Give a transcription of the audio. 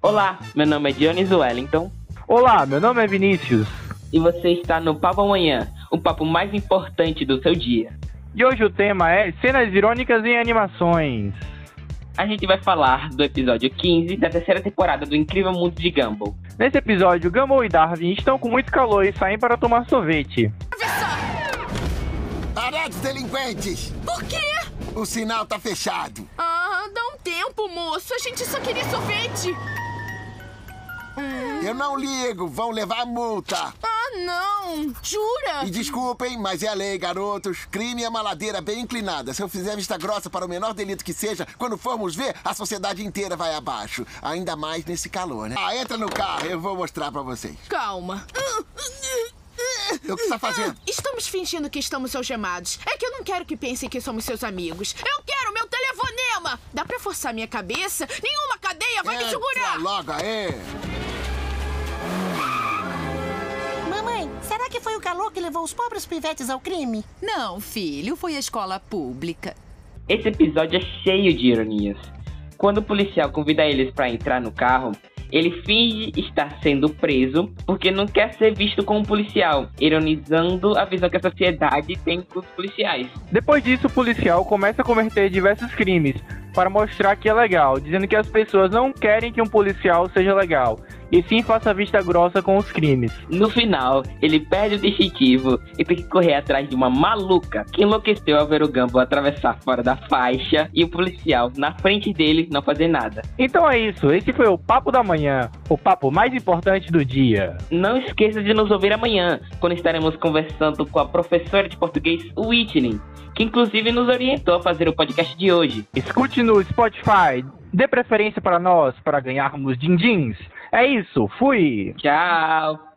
Olá, meu nome é Dionis Wellington Olá, meu nome é Vinícius e você está no Papo Amanhã, o papo mais importante do seu dia. e hoje o tema é cenas irônicas em animações. A gente vai falar do episódio 15 da terceira temporada do Incrível Mundo de Gumball. Nesse episódio, Gumball e Darwin estão com muito calor e saem para tomar sorvete. Parar os delinquentes! Por quê? O sinal tá fechado. Ah, dá um tempo, moço. A gente só queria sorvete. Eu não ligo, vão levar multa. Ah, não. Jura? E desculpem, mas é a lei, garotos. Crime é uma ladeira bem inclinada. Se eu fizer vista grossa para o menor delito que seja, quando formos ver, a sociedade inteira vai abaixo. Ainda mais nesse calor, né? Ah, entra no carro, eu vou mostrar pra vocês. Calma. O que você tá fazendo? Estamos fingindo que estamos algemados. É que eu não quero que pensem que somos seus amigos. Eu quero meu telefonema. Dá pra forçar minha cabeça? Nenhuma cadeia vai me Entra segurar. logo aí. Mamãe, será que foi o calor que levou os pobres pivetes ao crime? Não, filho, foi à escola pública. Esse episódio é cheio de ironias. Quando o policial convida eles para entrar no carro, ele finge estar sendo preso porque não quer ser visto como policial, ironizando a visão que a sociedade tem com os policiais. Depois disso, o policial começa a cometer diversos crimes para mostrar que é legal, dizendo que as pessoas não querem que um policial seja legal e sim faça vista grossa com os crimes. No final, ele perde o distintivo e tem que correr atrás de uma maluca que enlouqueceu ao ver o Gumball atravessar fora da faixa e o policial na frente dele não fazer nada. Então é isso, esse foi o Papo da Manhã, o papo mais importante do dia. Não esqueça de nos ouvir amanhã, quando estaremos conversando com a professora de português Whitney, que inclusive nos orientou a fazer o podcast de hoje. Escute no Spotify, dê preferência para nós para ganharmos din-dins. É isso, fui! Tchau!